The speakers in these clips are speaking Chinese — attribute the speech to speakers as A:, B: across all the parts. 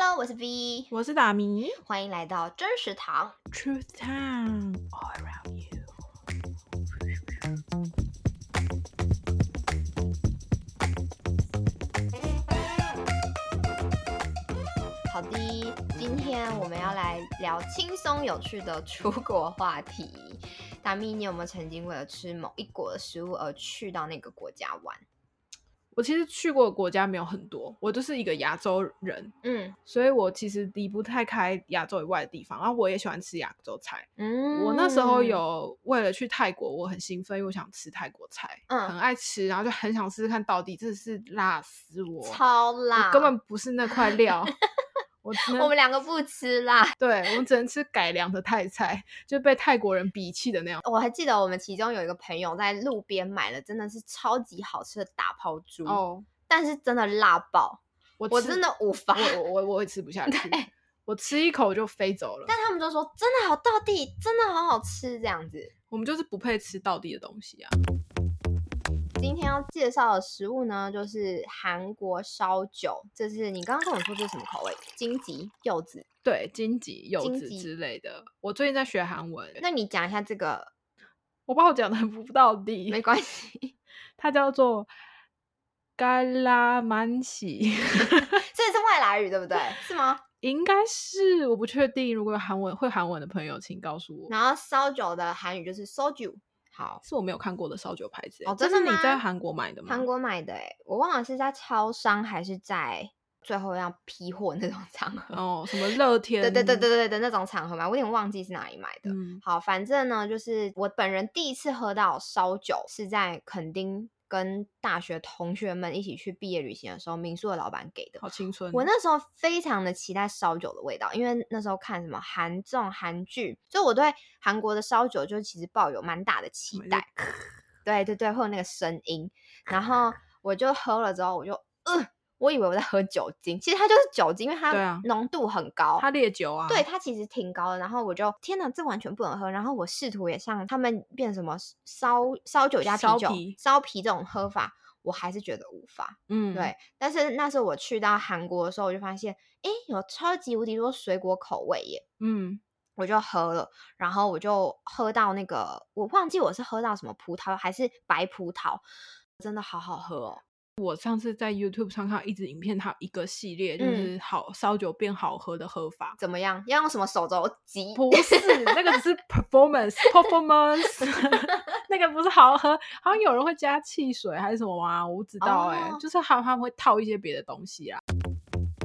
A: 喽，我是 V，
B: 我是达米
A: 欢迎来到真实堂。
B: ，Truth Town all around you。
A: 好的，今天我们要来聊轻松有趣的出国话题。达米，你有没有曾经为了吃某一国的食物而去到那个国家玩？
B: 我其实去过的国家没有很多，我就是一个亚洲人，
A: 嗯
B: 所以我其实离不太开亚洲以外的地方。然后我也喜欢吃亚洲菜。
A: 嗯
B: 我那时候，有为了去泰国，我很兴奋，因为我想吃泰国菜，
A: 嗯
B: 很爱吃，然后就很想试试看到底，真的是辣死我，
A: 超辣，
B: 我根本不是那块 料。我只能
A: 我们两个不吃辣。
B: 对我们只能吃改良的泰菜，就被泰国人鄙弃的那样。
A: 我还记得我们其中有一个朋友在路边买了，真的是超级好吃的打抛猪，
B: 哦，
A: 但是真的辣爆，
B: 我
A: 嗯我
B: 吃
A: 真的无法。
B: 我我我我也吃不 下去，我吃一口就飞走了。
A: 但他们就说真的好到地，真的好好吃这样子。
B: 我们就是不配吃到底的东西啊！
A: 今天要介绍的食物呢，就是韩国烧酒，这是你刚刚跟我说这是什么口味？荆棘、柚子。
B: 对，荆棘、柚
A: 荆
B: 子
A: 棘
B: 之类的。我最近在学韩文，
A: 那你讲一下这个
B: 我把我讲的很 不到底
A: 没。关系，
B: 它叫做甘拉曼 喜，
A: 这是外来语对不对？是吗？
B: 应该是我不确定。如果有韩文会韩文的朋友，请告诉我。
A: 然后烧酒的韩语就是 soju。好，
B: 是我没有看过的烧酒牌子欸，
A: 哦
B: 这
A: 真的
B: 是你
A: 吗
B: 在韩国买的吗？
A: 韩国买的、欸，我忘了是在超商还是在最后要批货那种场合。
B: 哦，什么乐天？
A: 对对对对对的那种场合买，我有点忘记是哪里买的。
B: 嗯，
A: 好，反正呢，就是我本人第一次喝到烧酒是在垦丁跟大学同学们一起去毕业旅行的时候，民宿的老板给的。
B: 好青春。
A: 我那时候非常的期待烧酒的味道，因为那时候看什么韩这种韩剧，所以我对韩国的烧酒就其实抱有蛮大的期
B: 我们就
A: 待。对对对，会有那个声音，然后我就喝了之后，我就呃，我以为我在喝酒精，其实它就是酒精，因为
B: 对
A: 它
B: 啊
A: 浓度很高，
B: 它烈酒啊，
A: 对，它其实挺高的，然后我就天哪，这完全不能喝。然后我试图也像他们变什么烧烧酒加啤
B: 烧
A: 酒、
B: 啤
A: 烧啤这种喝法，我还是觉得无法。
B: 嗯，
A: 对，但是那时候我去到韩国的时候，我就发现，诶，有超级无敌多水果口味耶，
B: 嗯，
A: 我就喝了，然后我就喝到那个，我忘记我是喝到什么葡萄还是白葡萄，真的好好喝哦。
B: 我上次在 YouTube 上看到一支影片，它有一个系列就
A: 嗯
B: 是好烧酒变好喝的喝法，
A: 怎么样？要用什么手肘挤？
B: 不是那个只是 performance performance，那个不是好喝，好像有人会加汽水还是什么啊，我不知道哎、
A: 哦
B: 就是他他们会套一些别的东西啊，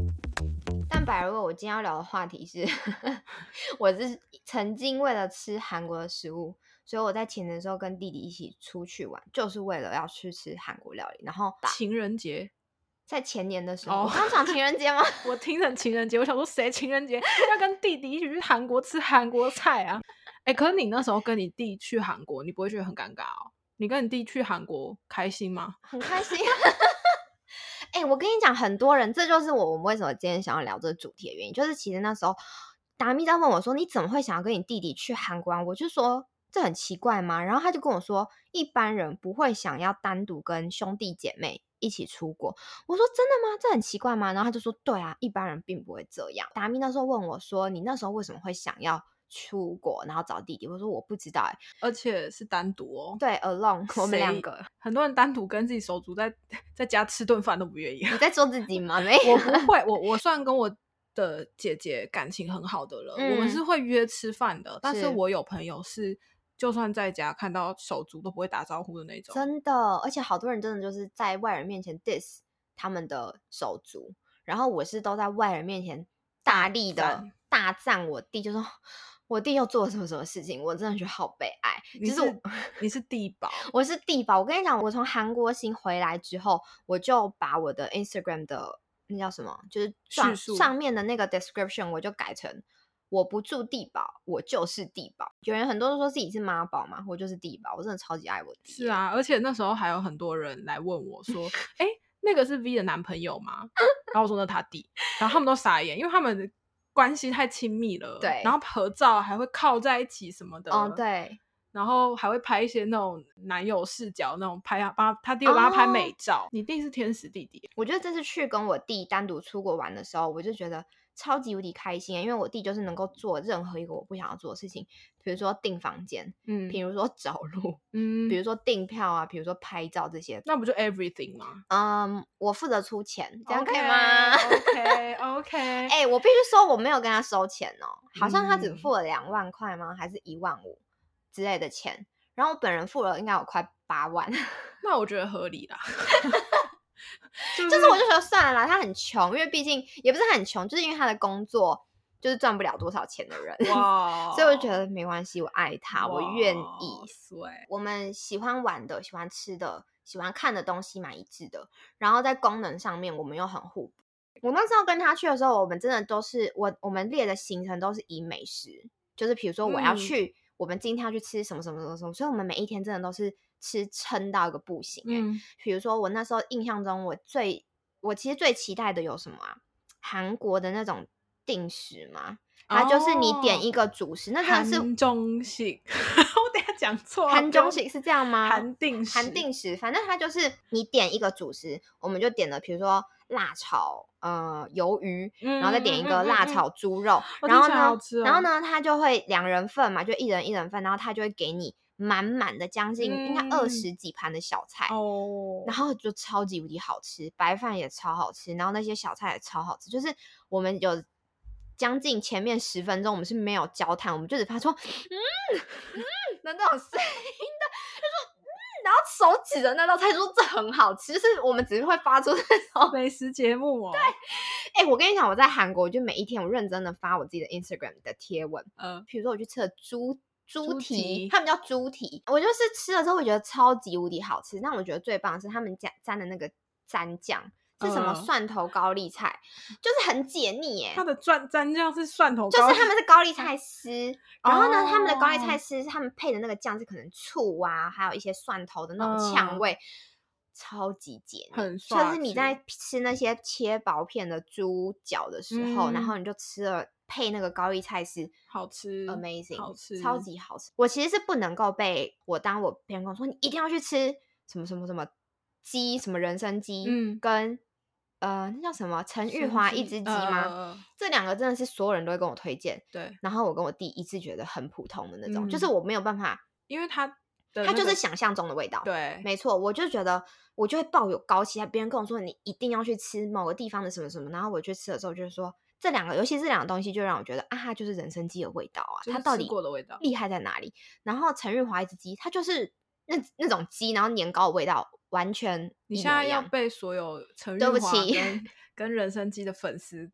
A: 但百如果我今天要聊的话题是， 我是曾经为了吃韩国的食物，所以我在前年的时候跟弟弟一起出去玩，就是为了要去吃韩国料理。然后
B: 情人节。
A: 在前年的时候，我
B: 哦
A: 刚讲情人节吗？
B: 我听成情人节，我想说谁情人节要跟弟弟一起去韩国吃韩国菜啊？哎、可是你那时候跟你弟去韩国，你不会觉得很尴尬哦？你跟你弟去韩国开心吗？
A: 很开心。哎、我跟你讲，很多人，这就是我我们为什么今天想要聊这个主题的原因，就是其实那时候达咪在问我说，你怎么会想要跟你弟弟去韩国玩？啊我就说这很奇怪吗？然后他就跟我说，一般人不会想要单独跟兄弟姐妹。一起出国，我说真的吗？这很奇怪吗？然后他就说，对啊，一般人并不会这样。达咪那时候问我说，你那时候为什么会想要出国，然后找弟弟？我说我不知道、欸，
B: 而且是单独哦。
A: 对，alone，我们两
B: 谁
A: 个，
B: 很多人单独跟自己手足在在家吃顿饭都不 愿意。
A: 你在说自己吗？没有，
B: 我不会，我我算跟我的姐姐感情很好的了，我们是
A: 嗯
B: 会约吃饭的。但
A: 是
B: 是我有朋友是，就算在家看到手足都不会打招呼的那种。
A: 真的，而且好多人真的就是在外人面前 diss 他们的手足，然后我是都在外人面前大力的
B: 赞
A: 大赞我弟，就说我弟又做了什么什么事情，我真的觉得好悲哀。
B: 你
A: 就是是我
B: 你是地 保，
A: 我是弟吧，我跟你讲，我从韩国行回来之后，我就把我的 Instagram 的那叫什么，就是
B: 叙
A: 上
B: 述
A: 上面的那个 description 我就改成。我不住地堡，我就是地堡。有人很多都说自己是妈宝嘛，我就是地堡，我真的超级爱我弟。
B: 是，啊，而且那时候还有很多人来问我 说：“哎、那个是 V 的男朋友吗？”然后我说：“那他弟。”然后他们都傻眼，因为他们的关系太亲密了，
A: 对
B: 然后合照还会靠在一起什么的，
A: 嗯，对，
B: 然后还会拍一些那种男友视角那种拍啊，帮他他弟有帮他拍
A: 哦
B: 美照。你弟是天使弟弟，
A: 我觉得这次去跟我弟单独出国玩的时候，我就觉得超级无敌开心欸，因为我弟就是能够做任何一个我不想要做的事情，比如说订房间，
B: 嗯
A: 比如说找路，
B: 嗯
A: 比，如说订票啊，比如说拍照这些。
B: 那不就 everything 吗？
A: 嗯，我负责出钱，这样可以
B: OK，
A: 吗？
B: ？OK OK，
A: 哎、我必须说我没有跟他收钱哦，好像他只
B: 嗯
A: 付了两万块吗？还是一万五之类的钱？然后我本人付了应该有快八万，
B: 那我觉得合理啦。 就
A: 就是我就觉得算了啦，他很穷，因为毕竟也不是很穷，就是因为他的工作就是赚不了多少钱的人，
B: 哇，哦
A: 所以我就觉得没关系，我爱他，我愿
B: 哇哦
A: 意。
B: 塞，
A: 我们喜欢玩的、喜欢吃的、喜欢看的东西蛮一致的，然后在功能上面我们又很互补。我那时候跟他去的时候，我们真的都是我我们列的行程都是以美食，就是比如说我要
B: 嗯
A: 去，我们今天要去吃什么什么什么什么，所以我们每一天真的都是吃撑到一个不行、欸。
B: 嗯，
A: 比如说我那时候印象中，我最我其实最期待的有什么啊？韩国的那种定时嘛，它就是你点一
B: 个
A: 个主食，那真的是
B: 哦韩中性， 我等一下讲错了，
A: 韩
B: 不要
A: 中型是这样吗
B: 韩定食
A: 韩定食，反正它就是你点一个主食，我们就点了，比如说辣炒呃鱿鱼，然后再点一个辣
B: 嗯嗯嗯嗯嗯
A: 炒猪肉，
B: 哦
A: 然
B: 听
A: 后
B: 起来
A: 呢
B: 好，吃
A: 然后
B: 哦
A: 呢，它就会两人份嘛，就一人一人份，然后它就会给你满满的将近、应该二
B: 嗯
A: 十几盘的小菜。
B: 哦，
A: 然后就超级无敌好吃，白饭也超好吃，然后那些小菜也超好吃。就是我们有将近前面十分钟，我们是没有交谈，我们就只发出嗯嗯的那种声音的，就说嗯，然后手指着那道菜说这很好吃，就是我们只是会发出这种。
B: 美食节目哦，对，
A: 哎、我跟你讲，我在韩国，我就每一天我认真的发我自己的 Instagram 的贴文，
B: 嗯，
A: 比如说我去吃了猪猪
B: 猪
A: 蹄
B: 蹄，
A: 他们叫猪蹄，我就是吃了之后我觉得超级无敌好吃。但我觉得最棒的是他们家沾的那个蘸酱是什么
B: 嗯
A: 蒜头高丽菜，就是很解腻耶、
B: 它的蘸蘸酱是蒜头
A: 就
B: 膏，
A: 是他们是高丽菜丝，然后呢，他们的高丽
B: 哦
A: 菜丝他们配的那个酱是可能醋啊，还有一些蒜头的那种呛
B: 嗯
A: 味，超级解腻。
B: 很
A: 就
B: 刷
A: 是你
B: 去
A: 在吃那些切薄片的猪脚的时候，
B: 嗯
A: 然后你就吃了配那个高丽菜丝，
B: 好吃
A: amazing，
B: 好吃，
A: 超级好吃。我其实是不能够被我当我别人跟我说你一定要去吃什么什么什么鸡，什么人参鸡，
B: 嗯
A: 跟呃那叫什么陈玉
B: 生
A: 华一
B: 气
A: 只鸡
B: 呃
A: 吗？
B: 呃呃
A: 这两个真的是所有人都会跟我推荐，
B: 对，
A: 然后我跟我弟一致觉得很普通的那种，就是
B: 嗯
A: 我没有办法，
B: 因为它的
A: 它
B: 那
A: 就
B: 个
A: 是想象中的味道。
B: 对，
A: 没错，我就觉得我就会抱有高期待，别人跟我说你一定要去吃某个地方的什么什么，然后我去吃的时候就是说这两个，尤其是这两个东西，就让我觉得啊，它就是人参鸡的味道啊，
B: 就
A: 它
B: 是
A: 到
B: 吃
A: 底
B: 过的味道
A: 厉害在哪里？然后陈玉华一只鸡，它就是那那种鸡，然后年糕的味道完全
B: 你
A: 一
B: 现
A: 模
B: 在
A: 一
B: 要
A: 样。
B: 被所有陈玉
A: 对不
B: 华
A: 起
B: 跟 跟人参鸡的粉丝，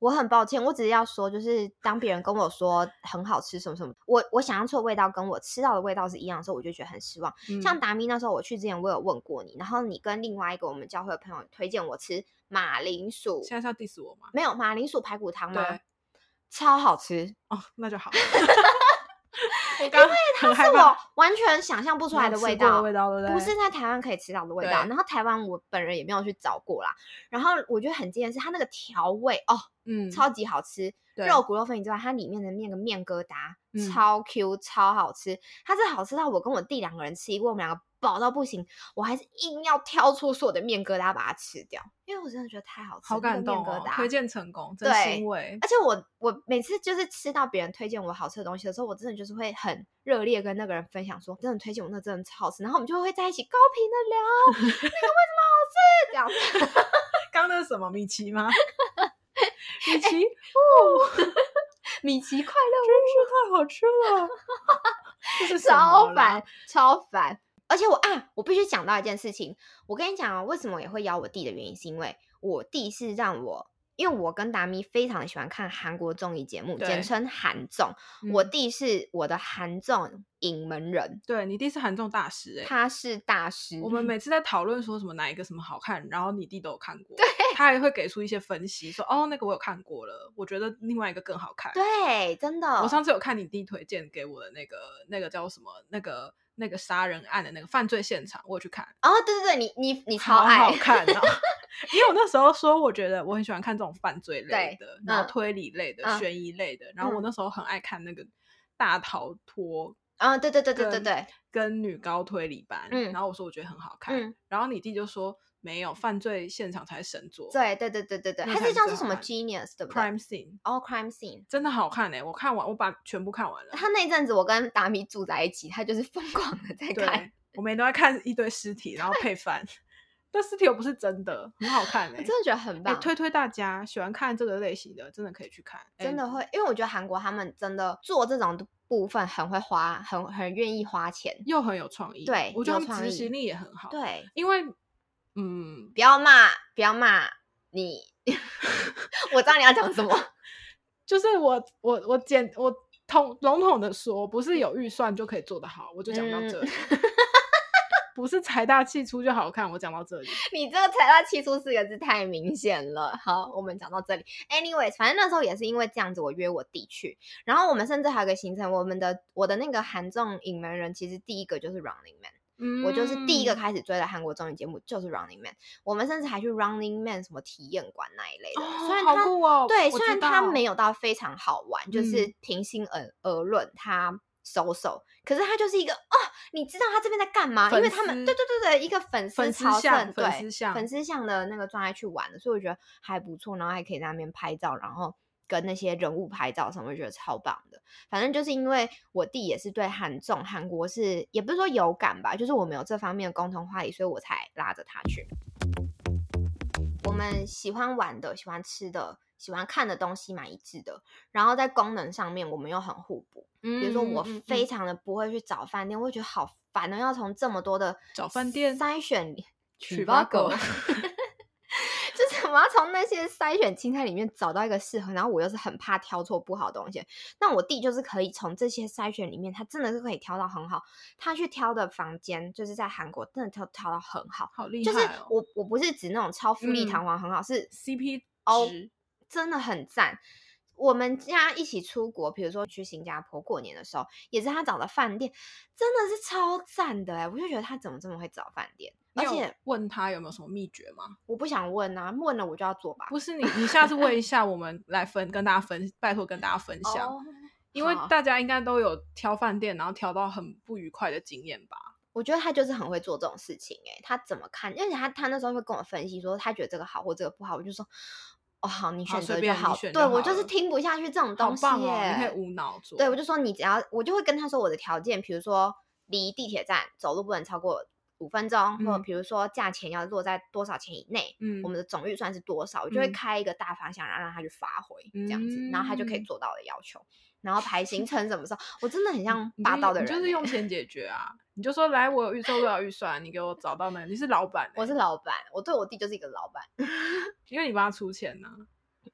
A: 我很抱歉，我只是要说，就是当别人跟我说很好吃什么什么，我我想象出的味道跟我吃到的味道是一样的时候，我就觉得很失望。像
B: 嗯
A: 达咪那时候我去之前，我有问过你，然后你跟另外一个我们教会的朋友推荐我吃马铃薯，
B: 现在是要 diss 我吗？
A: 没有马铃薯排骨汤吗
B: 对？
A: 超好吃，
B: 哦，那就好。我刚很
A: 是
B: 害
A: 我
B: 怕
A: 完全想象不出
B: 没
A: 来
B: 有
A: 的
B: 吃
A: 味
B: 过
A: 道，
B: 味道对
A: 不
B: 对
A: 是在台湾可以吃到的味道。
B: 对
A: 然后台湾我本人也没有去找过啦。然后我觉得很惊艳的是它那个调味哦，
B: 嗯，
A: 超级好吃，
B: 对
A: 肉骨肉粉以之外，它里面的那个面疙瘩、
B: 嗯
A: 超 Q 超好吃，它是好吃到我跟我弟两个人吃一锅，我们两个饱到不行，我还是硬要挑出所有的面疙瘩把它吃掉，因为我真的觉得太好吃，
B: 好感动
A: 那个
B: 哦
A: 面疙，瘩
B: 推。荐成功，真
A: 对
B: 欣慰。
A: 而且我我每次就是吃到别人推荐我好吃的东西的时候，我真的就是会很热烈跟那个人分享说，真的推荐我那真的超好吃，然后我们就会在一起高频的聊那个为什么好吃，这样子。
B: 刚那是什么米奇 吗？米奇，
A: 哎
B: 哦
A: 米奇快乐
B: 真是太好吃 了，这是什么
A: 超
B: 啦
A: 烦，超烦。而且我啊，我必须讲到一件事情，我跟你讲啊，为什么也会邀我弟的原因，是因为我弟是让我，因为我跟达咪非常喜欢看韩国综艺节目，简
B: 对
A: 称韩综。我
B: 嗯
A: 弟是我的韩综引门人，
B: 对你弟是韩综大师哎、
A: 他嗯是大师。
B: 我们每次在讨论说什么哪一个什么好看，然后你弟都有看过，对，他还会给出一些分析，说哦那个我有看过了，我觉得另外一个更好看。
A: 对，真的，
B: 我上次有看你弟推荐给我的那个那个叫什么那个那个杀人案的那个犯罪现场，我有去看，
A: 哦，对对对，你你你超
B: 好
A: 爱，
B: 好看 哦。因为我那时候说，我觉得我很喜欢看这种犯罪类的，
A: 嗯
B: 然后推理类的、
A: 嗯
B: 悬疑类的，然后我
A: 嗯
B: 那时候很爱看那个大逃脱。
A: 啊，对对对对对
B: 跟
A: 对，
B: 跟女高推理班，
A: 嗯
B: 然后我说我觉得很好看，
A: 嗯，
B: 然后你弟就说没有，犯罪现场才是神作，
A: 对对对对对对，
B: 那
A: 它
B: 才
A: 这叫
B: 是
A: 是什
B: 好
A: 么
B: 看
A: Genius 对不对
B: ，Crime Scene
A: ？All Crime Scene。
B: 真的好看哎、我看完我把全部看完了，
A: 他那一阵子我跟达米住在一起，他就是疯狂的在看，
B: 对，我每天都在看一堆尸体，然后配饭， 但尸体又不是真的，很好看哎、
A: 啊我真的觉得很
B: 哎、
A: 棒。
B: 推推大家喜欢看这个类型的，真的可以去看，哎
A: 真的会，因为我觉得韩国他们真的做这种部分很会花，很很愿意花钱。
B: 又很有创意，
A: 对
B: 我觉得
A: 有
B: 他们
A: 创
B: 执
A: 意
B: 行力也很好，，
A: 对，
B: 因为嗯，
A: 不要骂，不要骂你， 我知道你要讲什么。
B: 就是我我我简我统笼统的说，不是有预算就可以做得好，我就讲到这
A: 嗯
B: 里。不是财大气粗就好看，我讲到这里。
A: 你这个“财大气粗”四个字太明显了。好，我们讲到这里。Anyways，反正那时候也是因为这样子，我约我弟去，然后我们甚至还有个行程，我们的我的那个韩综影门人，其实第一个就是 Running Man，、
B: 嗯
A: 我就是第一个开始追的韩国综艺节目就是 Running Man，我们甚至还去 Running Man 什么体验馆那一类的，
B: 哦
A: 虽然
B: 好
A: 它
B: 酷哦，
A: 对，
B: 我
A: 虽
B: 知
A: 然它
B: 道嗯
A: 没有到非常好玩，就是平心而而论，它收手。可是它就是一个哦，你知道他这边在干嘛？因为他
B: 粉丝
A: 们对对对对，一个粉丝
B: 粉丝
A: 朝
B: 向
A: 圣，
B: 粉
A: 对
B: 丝向
A: 粉丝向的那个状态去玩的，所以我觉得还不错，然后还可以在那边拍照，然后跟那些人物拍照什么，我觉得超棒的。反正就是因为我弟也是对韩综、韩国是也不是说有感吧，就是我们有这方面的共同话题，所以我才拉着他去。我们喜欢玩的、喜欢吃的、喜欢看的东西蛮一致的，然后在功能上面我们又很互补。
B: 比
A: 比如说，
B: 嗯
A: 我非常的不会去找饭店，我会觉得好烦哦，要从这么多的
B: 找饭店
A: 筛选里
B: 取八 狗
A: 就是我要从那些筛选清单里面找到一个适合，然后我又是很怕挑错不好的东西。那我弟就是可以从这些筛选里面，他真的是可以挑到很好。他去挑的房间就是在韩国，真的挑挑到很好。
B: 好厉
A: 就是
B: 害哦，
A: 我我不是指那种超富丽
B: 嗯
A: 堂皇很好，是
B: CP
A: 哦
B: 值
A: 真的很赞。我们家一起出国，比如说去新加坡过年的时候，也是他找的饭店，真的是超赞的哎、我就觉得他怎么这么会找饭店，
B: 你
A: 而
B: 有
A: 且
B: 问他有没有什么秘诀吗？
A: 我不想问啊，问了我就要做吧。
B: 不 是你，你下次问一下，我们来分跟大家分，拜托跟大家分享，
A: 哦
B: 因为
A: 好
B: 大家应该都有挑饭店，然后挑到很不愉快的经验吧？
A: 我觉得他就是很会做这种事情、欸，他怎么看？而且他他那时候会跟我分析说，他觉得这个好或这个不好，我就说，哦，好，你
B: 好
A: 选
B: 随
A: 择
B: 便你
A: 好。
B: 选
A: 对
B: 就
A: 我
B: 好
A: 就是
B: 了
A: 听不下去这种
B: 好
A: 东西、
B: 棒哦，
A: 耶。
B: 你可以无脑做。
A: 对，我就说你只要，我就会跟他说我的条件，比如说离地铁站走路不能超过五分钟，或
B: 嗯
A: 比如说价钱要落在多少钱以内，
B: 嗯，
A: 我们的总预算是多少，我就会
B: 嗯
A: 开一个大方向，然后让他去发挥这样子，然后他就可以
B: 嗯
A: 做到我的要求。然后排行程什么时候，我真的很像
B: 你就
A: 霸道
B: 是
A: 的人
B: 你
A: 欸、
B: 就是用钱解决啊！你就说来，我有预售多少预算，你给我找到那个，你是老板欸、
A: 我是老板，我对我弟就是一个老板。
B: 因为你帮他出钱呐、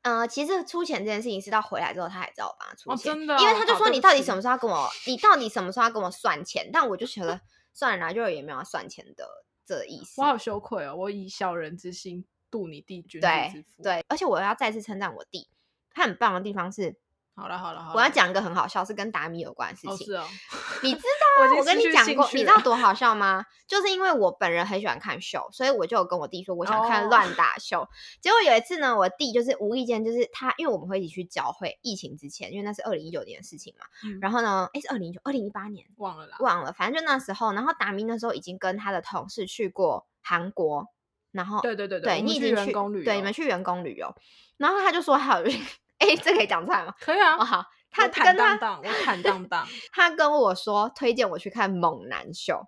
A: 呃，其实出钱这件事情是到回来之后，他还知道我帮他出
B: 哦
A: 钱，
B: 真的
A: 因为
B: 哦
A: 他就
B: 好
A: 说
B: 对
A: 你
B: 不
A: 到底
B: 起
A: 什么时候要跟我，你到底什么时候要跟我算钱？但我就觉 得算了啦，就也没有要算钱的这意思
B: 我。好羞愧哦！我以小人之心度你弟君子之
A: 对
B: 腹。，
A: 对，而且我要再次称赞我弟，他很棒的地方是，
B: 好了好了好了，
A: 我要讲一个很好笑，是跟达米有关的事
B: 哦
A: 情。
B: 是哦，
A: 你知道
B: 我已
A: 啊，
B: 经
A: 我跟
B: 失
A: 你
B: 去
A: 讲
B: 兴
A: 过，
B: 趣
A: 你知道
B: 了
A: 多好笑吗？就是因为我本人很喜欢看秀，所以我就有跟我弟说我想
B: 哦
A: 看乱打秀。结果有一次呢，我弟就是无意间，就是他，因为我们会一起去教会，疫情之前，因为那是二零一九年的事情嘛。
B: 嗯
A: 然后呢，诶，是二零一九、二零一八年，
B: 忘了啦。
A: 忘了，反正就那时候。然后达明那时候已经跟他的同事去过韩国，然后
B: 对对对
A: 对
B: 我们
A: 你已
B: 去
A: 经
B: 员
A: 去
B: 工旅游，
A: 对你们去员工旅游，然后他就说还有， 哎，这可以讲出来吗？
B: 可以啊
A: 哦，。好，
B: 我
A: 他
B: 坦
A: 跟他
B: 荡荡，我坦荡荡，
A: 他跟我说推荐我去看猛男秀，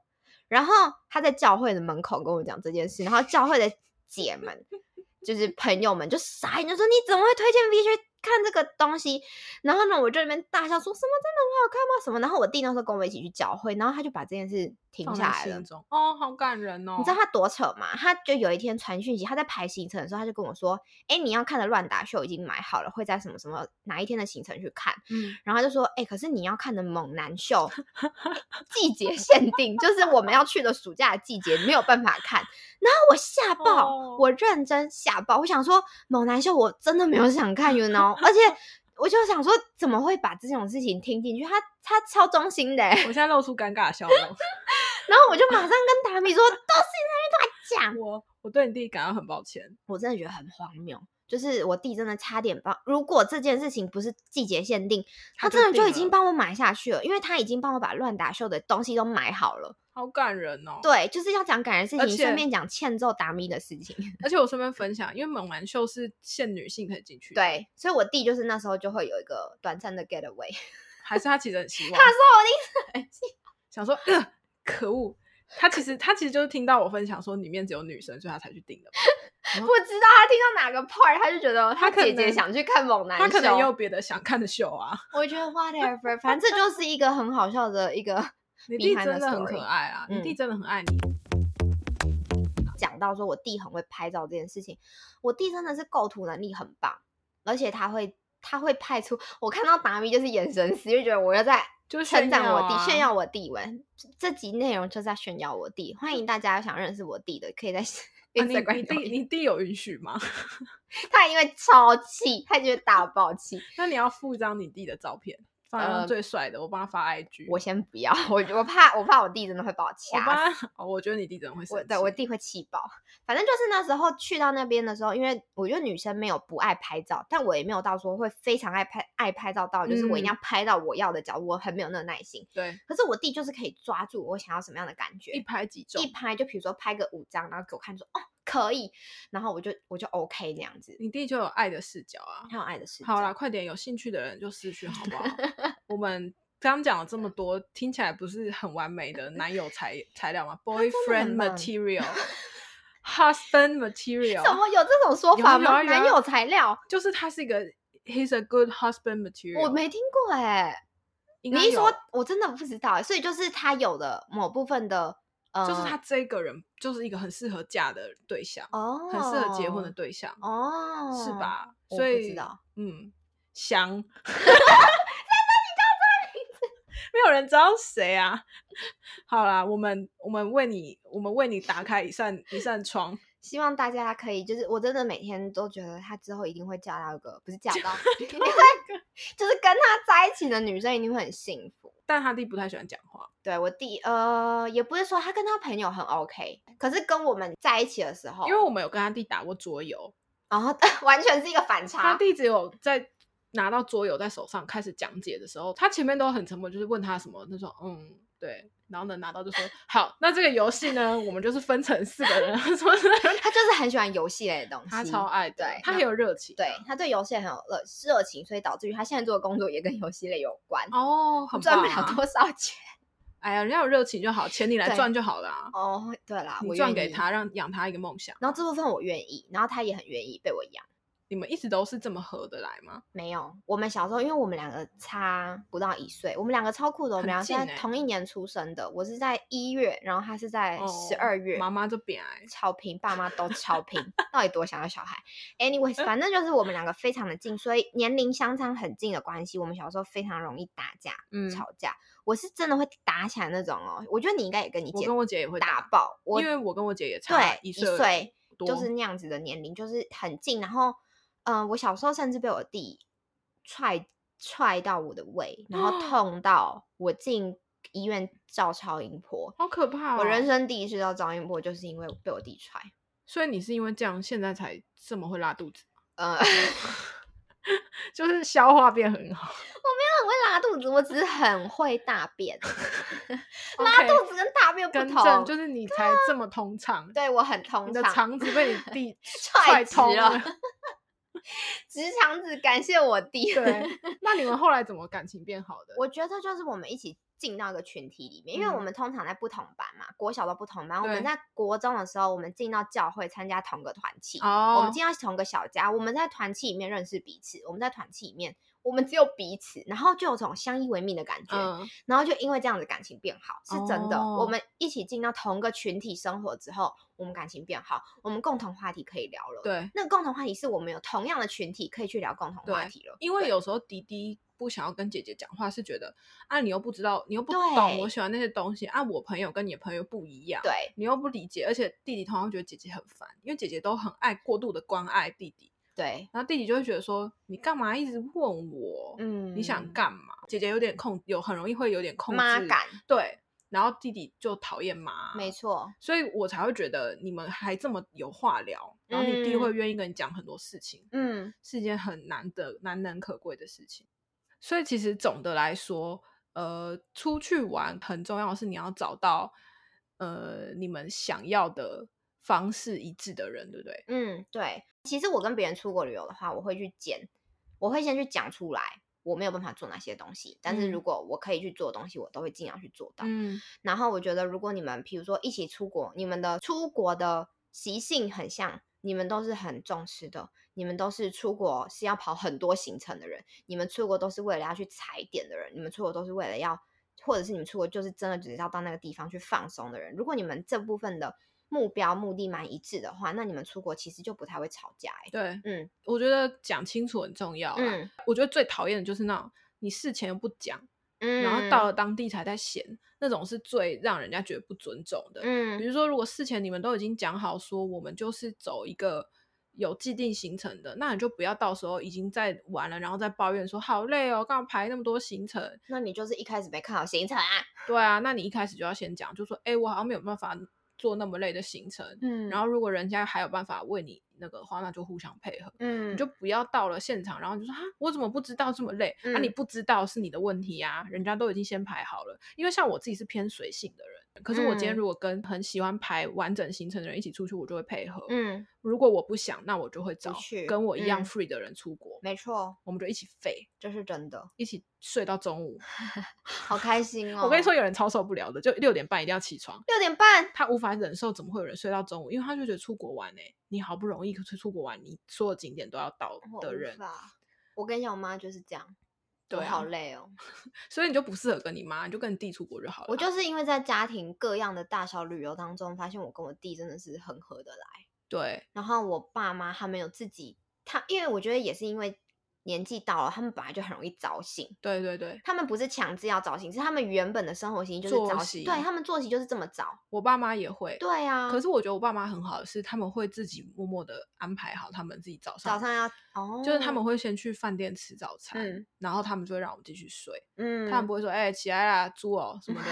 A: 然后他在教会的门口跟我讲这件事，然后教会的姐们就是朋友们就傻眼，就说你怎么会推荐 V 去看这个东西？然后呢，我就在那边大笑说什么真的很好看吗？什么？然后我弟那时候跟我一起去教会，然后他就把这件事停
B: 放
A: 下
B: 在
A: 来了
B: 心。中哦，好感人哦。
A: 你知道他多扯吗？他就有一天传讯息，他在排行程的时候，他就跟我说：“哎、你要看的乱打秀已经买好了，会在什么什么哪一天的行程去看。”
B: 嗯，
A: 然后他就说：“哎、可是你要看的猛男秀季节限定，就是我们要去的暑假的季节，没有办法看。”然后我吓爆
B: 哦
A: 我认真吓爆，我想说猛男秀我真的没有想看，you know，而且我就想说怎么会把这种事情听进去？他他超忠心的欸、
B: 我现在露出尴尬的笑容。
A: 然后我就马上跟达米说：“都是你在那边乱讲。”
B: 我我对你弟感到很抱歉，
A: 我真的觉得很荒谬。就是我弟真的差点帮，如果这件事情不是季节限定，他
B: 他就
A: 真的就已
B: 定
A: 经
B: 了
A: 帮我买下去了，因为他已经帮我把乱打秀的东西都买好了。
B: 好感人哦。
A: 对，就是要讲感人事
B: 而
A: 情，顺
B: 且
A: 便讲欠揍达咪的事情。
B: 而且我顺便分享，因为猛男秀是限女性可以进去，，
A: 对，所以我弟就是那时候就会有一个短暂的 getaway。
B: 还是他其实 很希望，
A: 他说我弟
B: 想说，呃、可恶，他其实他其实就是听到我分享说里面只有女生，所以他才去订的吧。
A: 不知道他听到哪个 part，他就觉得
B: 他可
A: 姐姐
B: 能
A: 想去看猛男秀，
B: 他可能也有别的想看的 秀啊。
A: 我觉得 whatever，反正这就是一个很好笑的一个
B: 你弟
A: behind
B: 真
A: the
B: 的很
A: story 嗯
B: 可爱啊，你弟真的很爱你。
A: 讲到说我弟很会拍照这件事情，我弟真的是构图能力很棒，而且他会他会派出我看到达咪就是眼神死，就觉得我要在
B: 就是
A: 称
B: 炫
A: 赞
B: 耀
A: 我弟，炫
B: 啊
A: 耀我弟文。这集内容就是在炫耀我弟，欢迎大家想认识我弟的，可以在
B: 啊你你
A: Instagram 留
B: 弟
A: 言、
B: 你弟有允许吗？
A: 他因为超气，他觉得大爆气，
B: 那你要附一张你弟的照片，放一
A: 呃
B: 张最帅的，我帮他发 IG。
A: 我先不要，我我怕我怕我弟真的会把我
B: 我
A: 掐
B: 帮
A: 死。
B: 他，哦，我觉得你弟真的会生
A: 我
B: 气。
A: 对我弟会气爆。反正就是那时候去到那边的时候，因为我觉得女生没有不爱拍照，但我也没有到说会非常爱拍爱拍照到，就是我一定
B: 嗯
A: 要拍到我要的角度，我很没有那个耐心。
B: 对
A: 可是我弟就是可以抓住我想要什么样的感觉，
B: 一拍即中
A: 一。拍就比如说拍个五张，然后给我看说哦可以，然后我就我就 OK 那样子，
B: 你弟就有爱的视角啊。
A: 很有爱的事。
B: 好啦，，快点，有兴趣的人就私讯好 不好？我们刚讲了这么多，听起来不是很完美的男友材材料吗
A: 的很
B: ？Boyfriend
A: 棒
B: material。Husband material
A: 怎么有这种说
B: 有
A: 法
B: 啊有
A: 吗？
B: 啊有
A: 男
B: 啊
A: 友材料，
B: 就是他是一个，he's a good husband material。
A: 我没听过哎、
B: 应该
A: 你一说
B: 有，
A: 我真的不知道欸、所以就是他有的某部分的，呃，
B: 就是他这个人就是一个很适合嫁的对象，
A: 哦，
B: 很适合结婚的对象，
A: 哦，
B: 是？吧？
A: 我
B: 所
A: 不
B: 以
A: 知道，
B: 嗯， 香。没有人知道谁啊！好啦，我们我们为你，我们为你打开一扇一扇窗，
A: 希望大家可以，就是我真的每天都觉得他之后一定会嫁到一个，不是嫁到，因为就是跟他在一起的女生一定会很幸福。
B: 但他弟不太喜欢讲话，
A: 对我弟，呃，也不是说他跟他朋友很 OK，可是跟我们在一起的时候，
B: 因为我们有跟他弟打过桌游，
A: 然后 完全是一个反
B: 他
A: 差。
B: 弟只有在拿到桌游在手上开始讲解的时候，他前面都很沉默，就是问他什么，他说嗯对，然后呢拿到就说好，那这个游戏呢，我们就是分成四个人， 什么什么
A: 他就是很喜欢游戏类的东西，
B: 他超爱的
A: 嗯对，
B: 他
A: 那
B: 很有热情啊的，
A: 对他对游戏很有热热情，所以导致于他现在做的工作也跟游戏类有关，
B: 哦，很
A: 赚
B: 棒、
A: 不了
B: 啊，
A: 多少钱。
B: 哎呀，人家有热情就好，钱你来
A: 对
B: 赚就好啦。
A: 哦，对啦，我
B: 你赚
A: 愿
B: 给
A: 意
B: 他，让养他一个梦想。
A: 然后这部分我愿意，然后他也很愿意被我养。
B: 你们一直都是这么合得来吗？
A: 没有，我们小时候，因为我们两个差不到一岁，我们两个超酷的，哦我们
B: 很
A: 两个现
B: 近
A: 在
B: 欸
A: 同一年出生的，我是在一月，然后他是在十二月，
B: 哦妈妈就变矮，
A: 超拼，爸妈都超 拼，到底多想要小孩？anyways，反
B: 嗯
A: 正就是我们两个非常的近，所以年龄相差很近的关系，我们小时候非常容易打架、
B: 嗯，
A: 吵架，我是真的会打起来那种哦，我觉得你应该也跟你
B: 我
A: 姐
B: 跟我姐也会
A: 打
B: 打，
A: 爆，我
B: 因为我跟我姐也差
A: 对
B: 一
A: 岁
B: 多，
A: 就是那样子的年龄，就是很近。然后，嗯、我小时候甚至被我弟踹踹到我的胃，然 后痛到我进医院照超音波。
B: 好可怕、哦！
A: 我人生第一次照超音波，就是因为被我弟踹。
B: 所以你是因为这样，现在才这么会拉肚子，
A: 呃，我没
B: 就是消化变很好。
A: 有很会拉肚子，我只是很会大便。 拉
B: OK，
A: 肚子跟大便不
B: 更
A: 同，啊
B: 正就是你才这么通畅，
A: 对我很通
B: 你的
A: 畅
B: 肠子被 你弟
A: 踹
B: 踹
A: 直
B: 通
A: 了直肠子感谢我弟。
B: 对，那你们后来怎么感情变好的？
A: 我觉得就是我们一起进到一个群体里面，因为我
B: 嗯
A: 们通常在不同班嘛，国小都不同班。我们
B: 对
A: 在国中的时候，我们进到教会参加同个团契，
B: 哦，
A: 我们进到同个小家，我们在团契里面认识彼此，我们在团契里面。我们只有彼此，然后就有种相依为命的感觉，
B: 嗯，
A: 然后就因为这样子感情变好，是真的。我
B: 哦
A: 们一起进到同个群体生活之后，我们感情变好，我们共同话题可以聊了。，
B: 对，
A: 那个共同话题是我们有同样的群体可以去聊共同话
B: 对
A: 题了。
B: 因为
A: 对
B: 有时候迪迪不想要跟姐姐讲话，是觉得啊，你又不知道，你又不
A: 对
B: 懂我喜欢那些东西啊，我朋友跟你的朋友不一样，
A: 对
B: 你又不理解，而且弟弟通常觉得姐姐很烦，因为姐姐都很爱过度的关爱弟弟，
A: 对，
B: 然后弟弟就会觉得说，你干嘛一直问我？
A: 嗯，
B: 你想干嘛？姐姐有点控，有很容易会有点控制
A: 妈感，
B: 对。然后弟弟就讨厌妈，
A: 没错，
B: 所以我才会觉得你们还这么有话聊，然后你弟
A: 嗯
B: 会愿意跟你讲很多事情，
A: 嗯，
B: 是一件很难得、难能可贵的事情。所以其实总的来说，呃，出去玩很重要的是你要找到呃你们想要的方式一致的人，对不对？
A: 嗯，对。其实我跟别人出国旅游的话，我会去见，我会先去讲出来我没有办法做哪些东西，但是如
B: 嗯
A: 果我可以去做的东西，我都会尽量去做到。
B: 嗯
A: 然后我觉得，如果你们比如说一起出国，你们的出国的习性很像，你们都是很重视的，你们都是出国是要跑很多行程的人，你们出国都是为了要去踩点的人，你们出国都是为了要，或者是你们出国就是真的只是要到那个地方去放松的人。如果你们这部分的目标目的蛮一致的话，那你们出国其实就不太会吵架、欸。
B: 对，
A: 嗯
B: 我觉得讲清楚很重要啦。
A: 嗯
B: 我觉得最讨厌的就是那种你事前又不讲，
A: 嗯，
B: 然后到了当地才在嫌，那种是最让人家觉得不尊重的。比
A: 嗯
B: 如说，如果事前你们都已经讲好说我们就是走一个有既定行程的，那你就不要到时候已经在玩了，然后再抱怨说好累哦，干嘛排那么多行程？
A: 那你就是一开始没看好行程啊。
B: 对啊，那你一开始就要先讲，就说哎、诶我好像没有办法做那么累的行程。
A: 嗯
B: 然后如果人家还有办法为你那个的话，那就互相配合。
A: 嗯
B: 你就不要到了现场，然后你就说啊，我怎么不知道这么累？那、啊、你
A: 嗯
B: 不知道是你的问题啊，人家都已经先排好了。因为像我自己是偏随性的人，可是我今天
A: 嗯
B: 如果跟很喜欢排完整行程的人一起出去，我就会配合。
A: 嗯，
B: 如果我不想，那我就会找
A: 去
B: 跟我一样
A: 嗯
B: free 的人出国，
A: 没错，
B: 我们就一起废，
A: 这是真的。
B: 一起睡到中午。
A: 好开心哦！
B: 我跟你说，，有人超受不了的，就六点半一定要起床。
A: 六点半，
B: 他无法忍受怎么会有人睡到中午，因为他就觉得出国玩哎、你好不容易出出国玩，你所有景点都要到
A: 我
B: 的
A: 哦无
B: 人，
A: 法我跟你讲，我妈就是这样，
B: 对
A: 我
B: 啊
A: 好累哦。
B: 所以你就不适合跟你妈，你就跟你弟出国就好了。啊
A: 我就是因为在家庭各样的大小旅游当中，发现我跟我弟真的是很合得来。
B: 对，
A: 然后我爸妈他们有自己，他因为我觉得也是因为年纪到了，他们本来就很容易早醒。
B: 对对对，
A: 他们不是强制要早醒，是他们原本的生活形式就是
B: 作
A: 早醒，对
B: 息
A: 他们作息就是这么早。
B: 我爸妈也会。
A: 对啊，
B: 可是我觉得我爸妈很好，是他们会自己默默的安排好他们自己早上，
A: 早上要哦，
B: 就是他们会先去饭店吃早餐，
A: 嗯
B: 然后他们就会让我们继续睡，
A: 嗯，
B: 他们不会说哎、起来啦猪哦 什么的，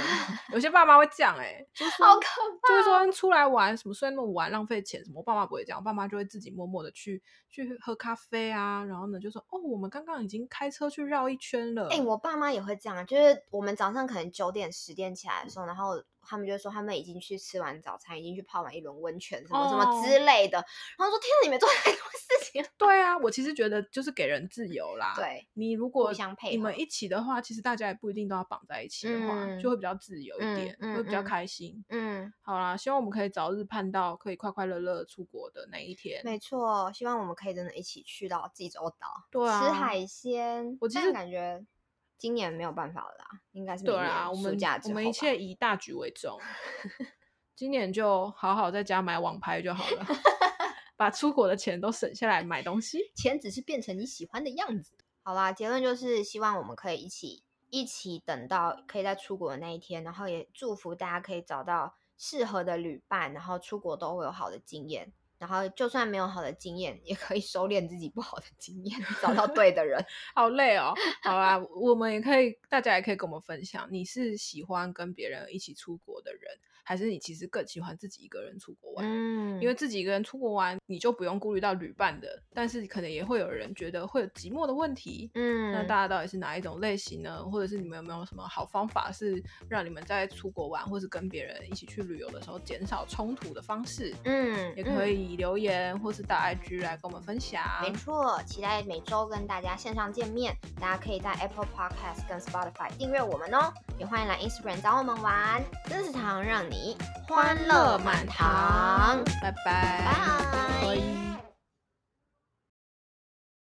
B: 有些爸妈会这样哎、就是说
A: 好可哦
B: 就会说出来玩什么睡那么晚浪费钱什么，我爸妈不会这样，我爸妈就会自己默默的去去喝咖啡啊，然后呢就说哦我们刚刚已经开车去绕一圈了，
A: 哎、我爸妈也会这样啊，就是我们早上可能九点十点起来的时候，然后他们就会说他们已经去吃完早餐，已经去泡完一轮温泉，什么什么之
B: 哦
A: 类的。然后说天啊，你们做太多事 情了。
B: 对啊，我其实觉得就是给人自由啦，
A: 对，
B: 你如果
A: 相配
B: 你们
A: 合
B: 一起的话，其实大家也不一定都要绑在一起的话，
A: 嗯
B: 就会比较自由一
A: 嗯
B: 点，
A: 嗯
B: 会比较
A: 嗯
B: 开心。
A: 嗯，
B: 好啦，希望我们可以早日盼到可以快快乐乐出国的那一天。
A: 没错，希望我们可以真的一起去到济州岛，
B: 对啊，
A: 吃海鲜。
B: 我其
A: 但
B: 实
A: 感觉今年没有办法了啦，应该是
B: 对
A: 明年
B: 啊，我
A: 暑
B: 们
A: 假
B: 我
A: 之
B: 们
A: 后
B: 一
A: 吧
B: 切以大局为 重，今年就好好在家买网拍就好 了，把出国的钱都省下来买东西。
A: 钱只是变成你喜欢的样子。好啦，结论就是希望我们可以一起一起等到可以在出国的那一天，然后也祝福大家可以找到适合的旅伴，然后出国都会有好的经验。然后就算没有好的经验，也可以收敛自己不好的经验， 找到对的人。
B: 好累哦。好啦，我们也可以，大家也可以跟我们分享，你是喜欢跟别人一起出国的人，还是你其实更喜欢自己一个人出国 玩？
A: 嗯
B: 因为自己一个人出国玩，你就不用顾虑到旅伴的，但是可能也会有人觉得会有寂寞的问题。
A: 嗯，
B: 那大家到底是哪一种类型呢？或者是你们有没有什么好方法，是让你们在出国玩或是跟别人一起去旅游的时候减少冲突的方式？
A: 嗯
B: 也可
A: 以、
B: 以留言或是到 IG 来跟我们分享。
A: 没错，期待每周跟大家线上见面。大家可以在 Apple Podcast 跟 Spotify 订阅我们哦，也欢迎来 Instagram 找我们玩，真是糖让你欢乐满堂。
B: 拜拜，
A: 拜。
B: 拜。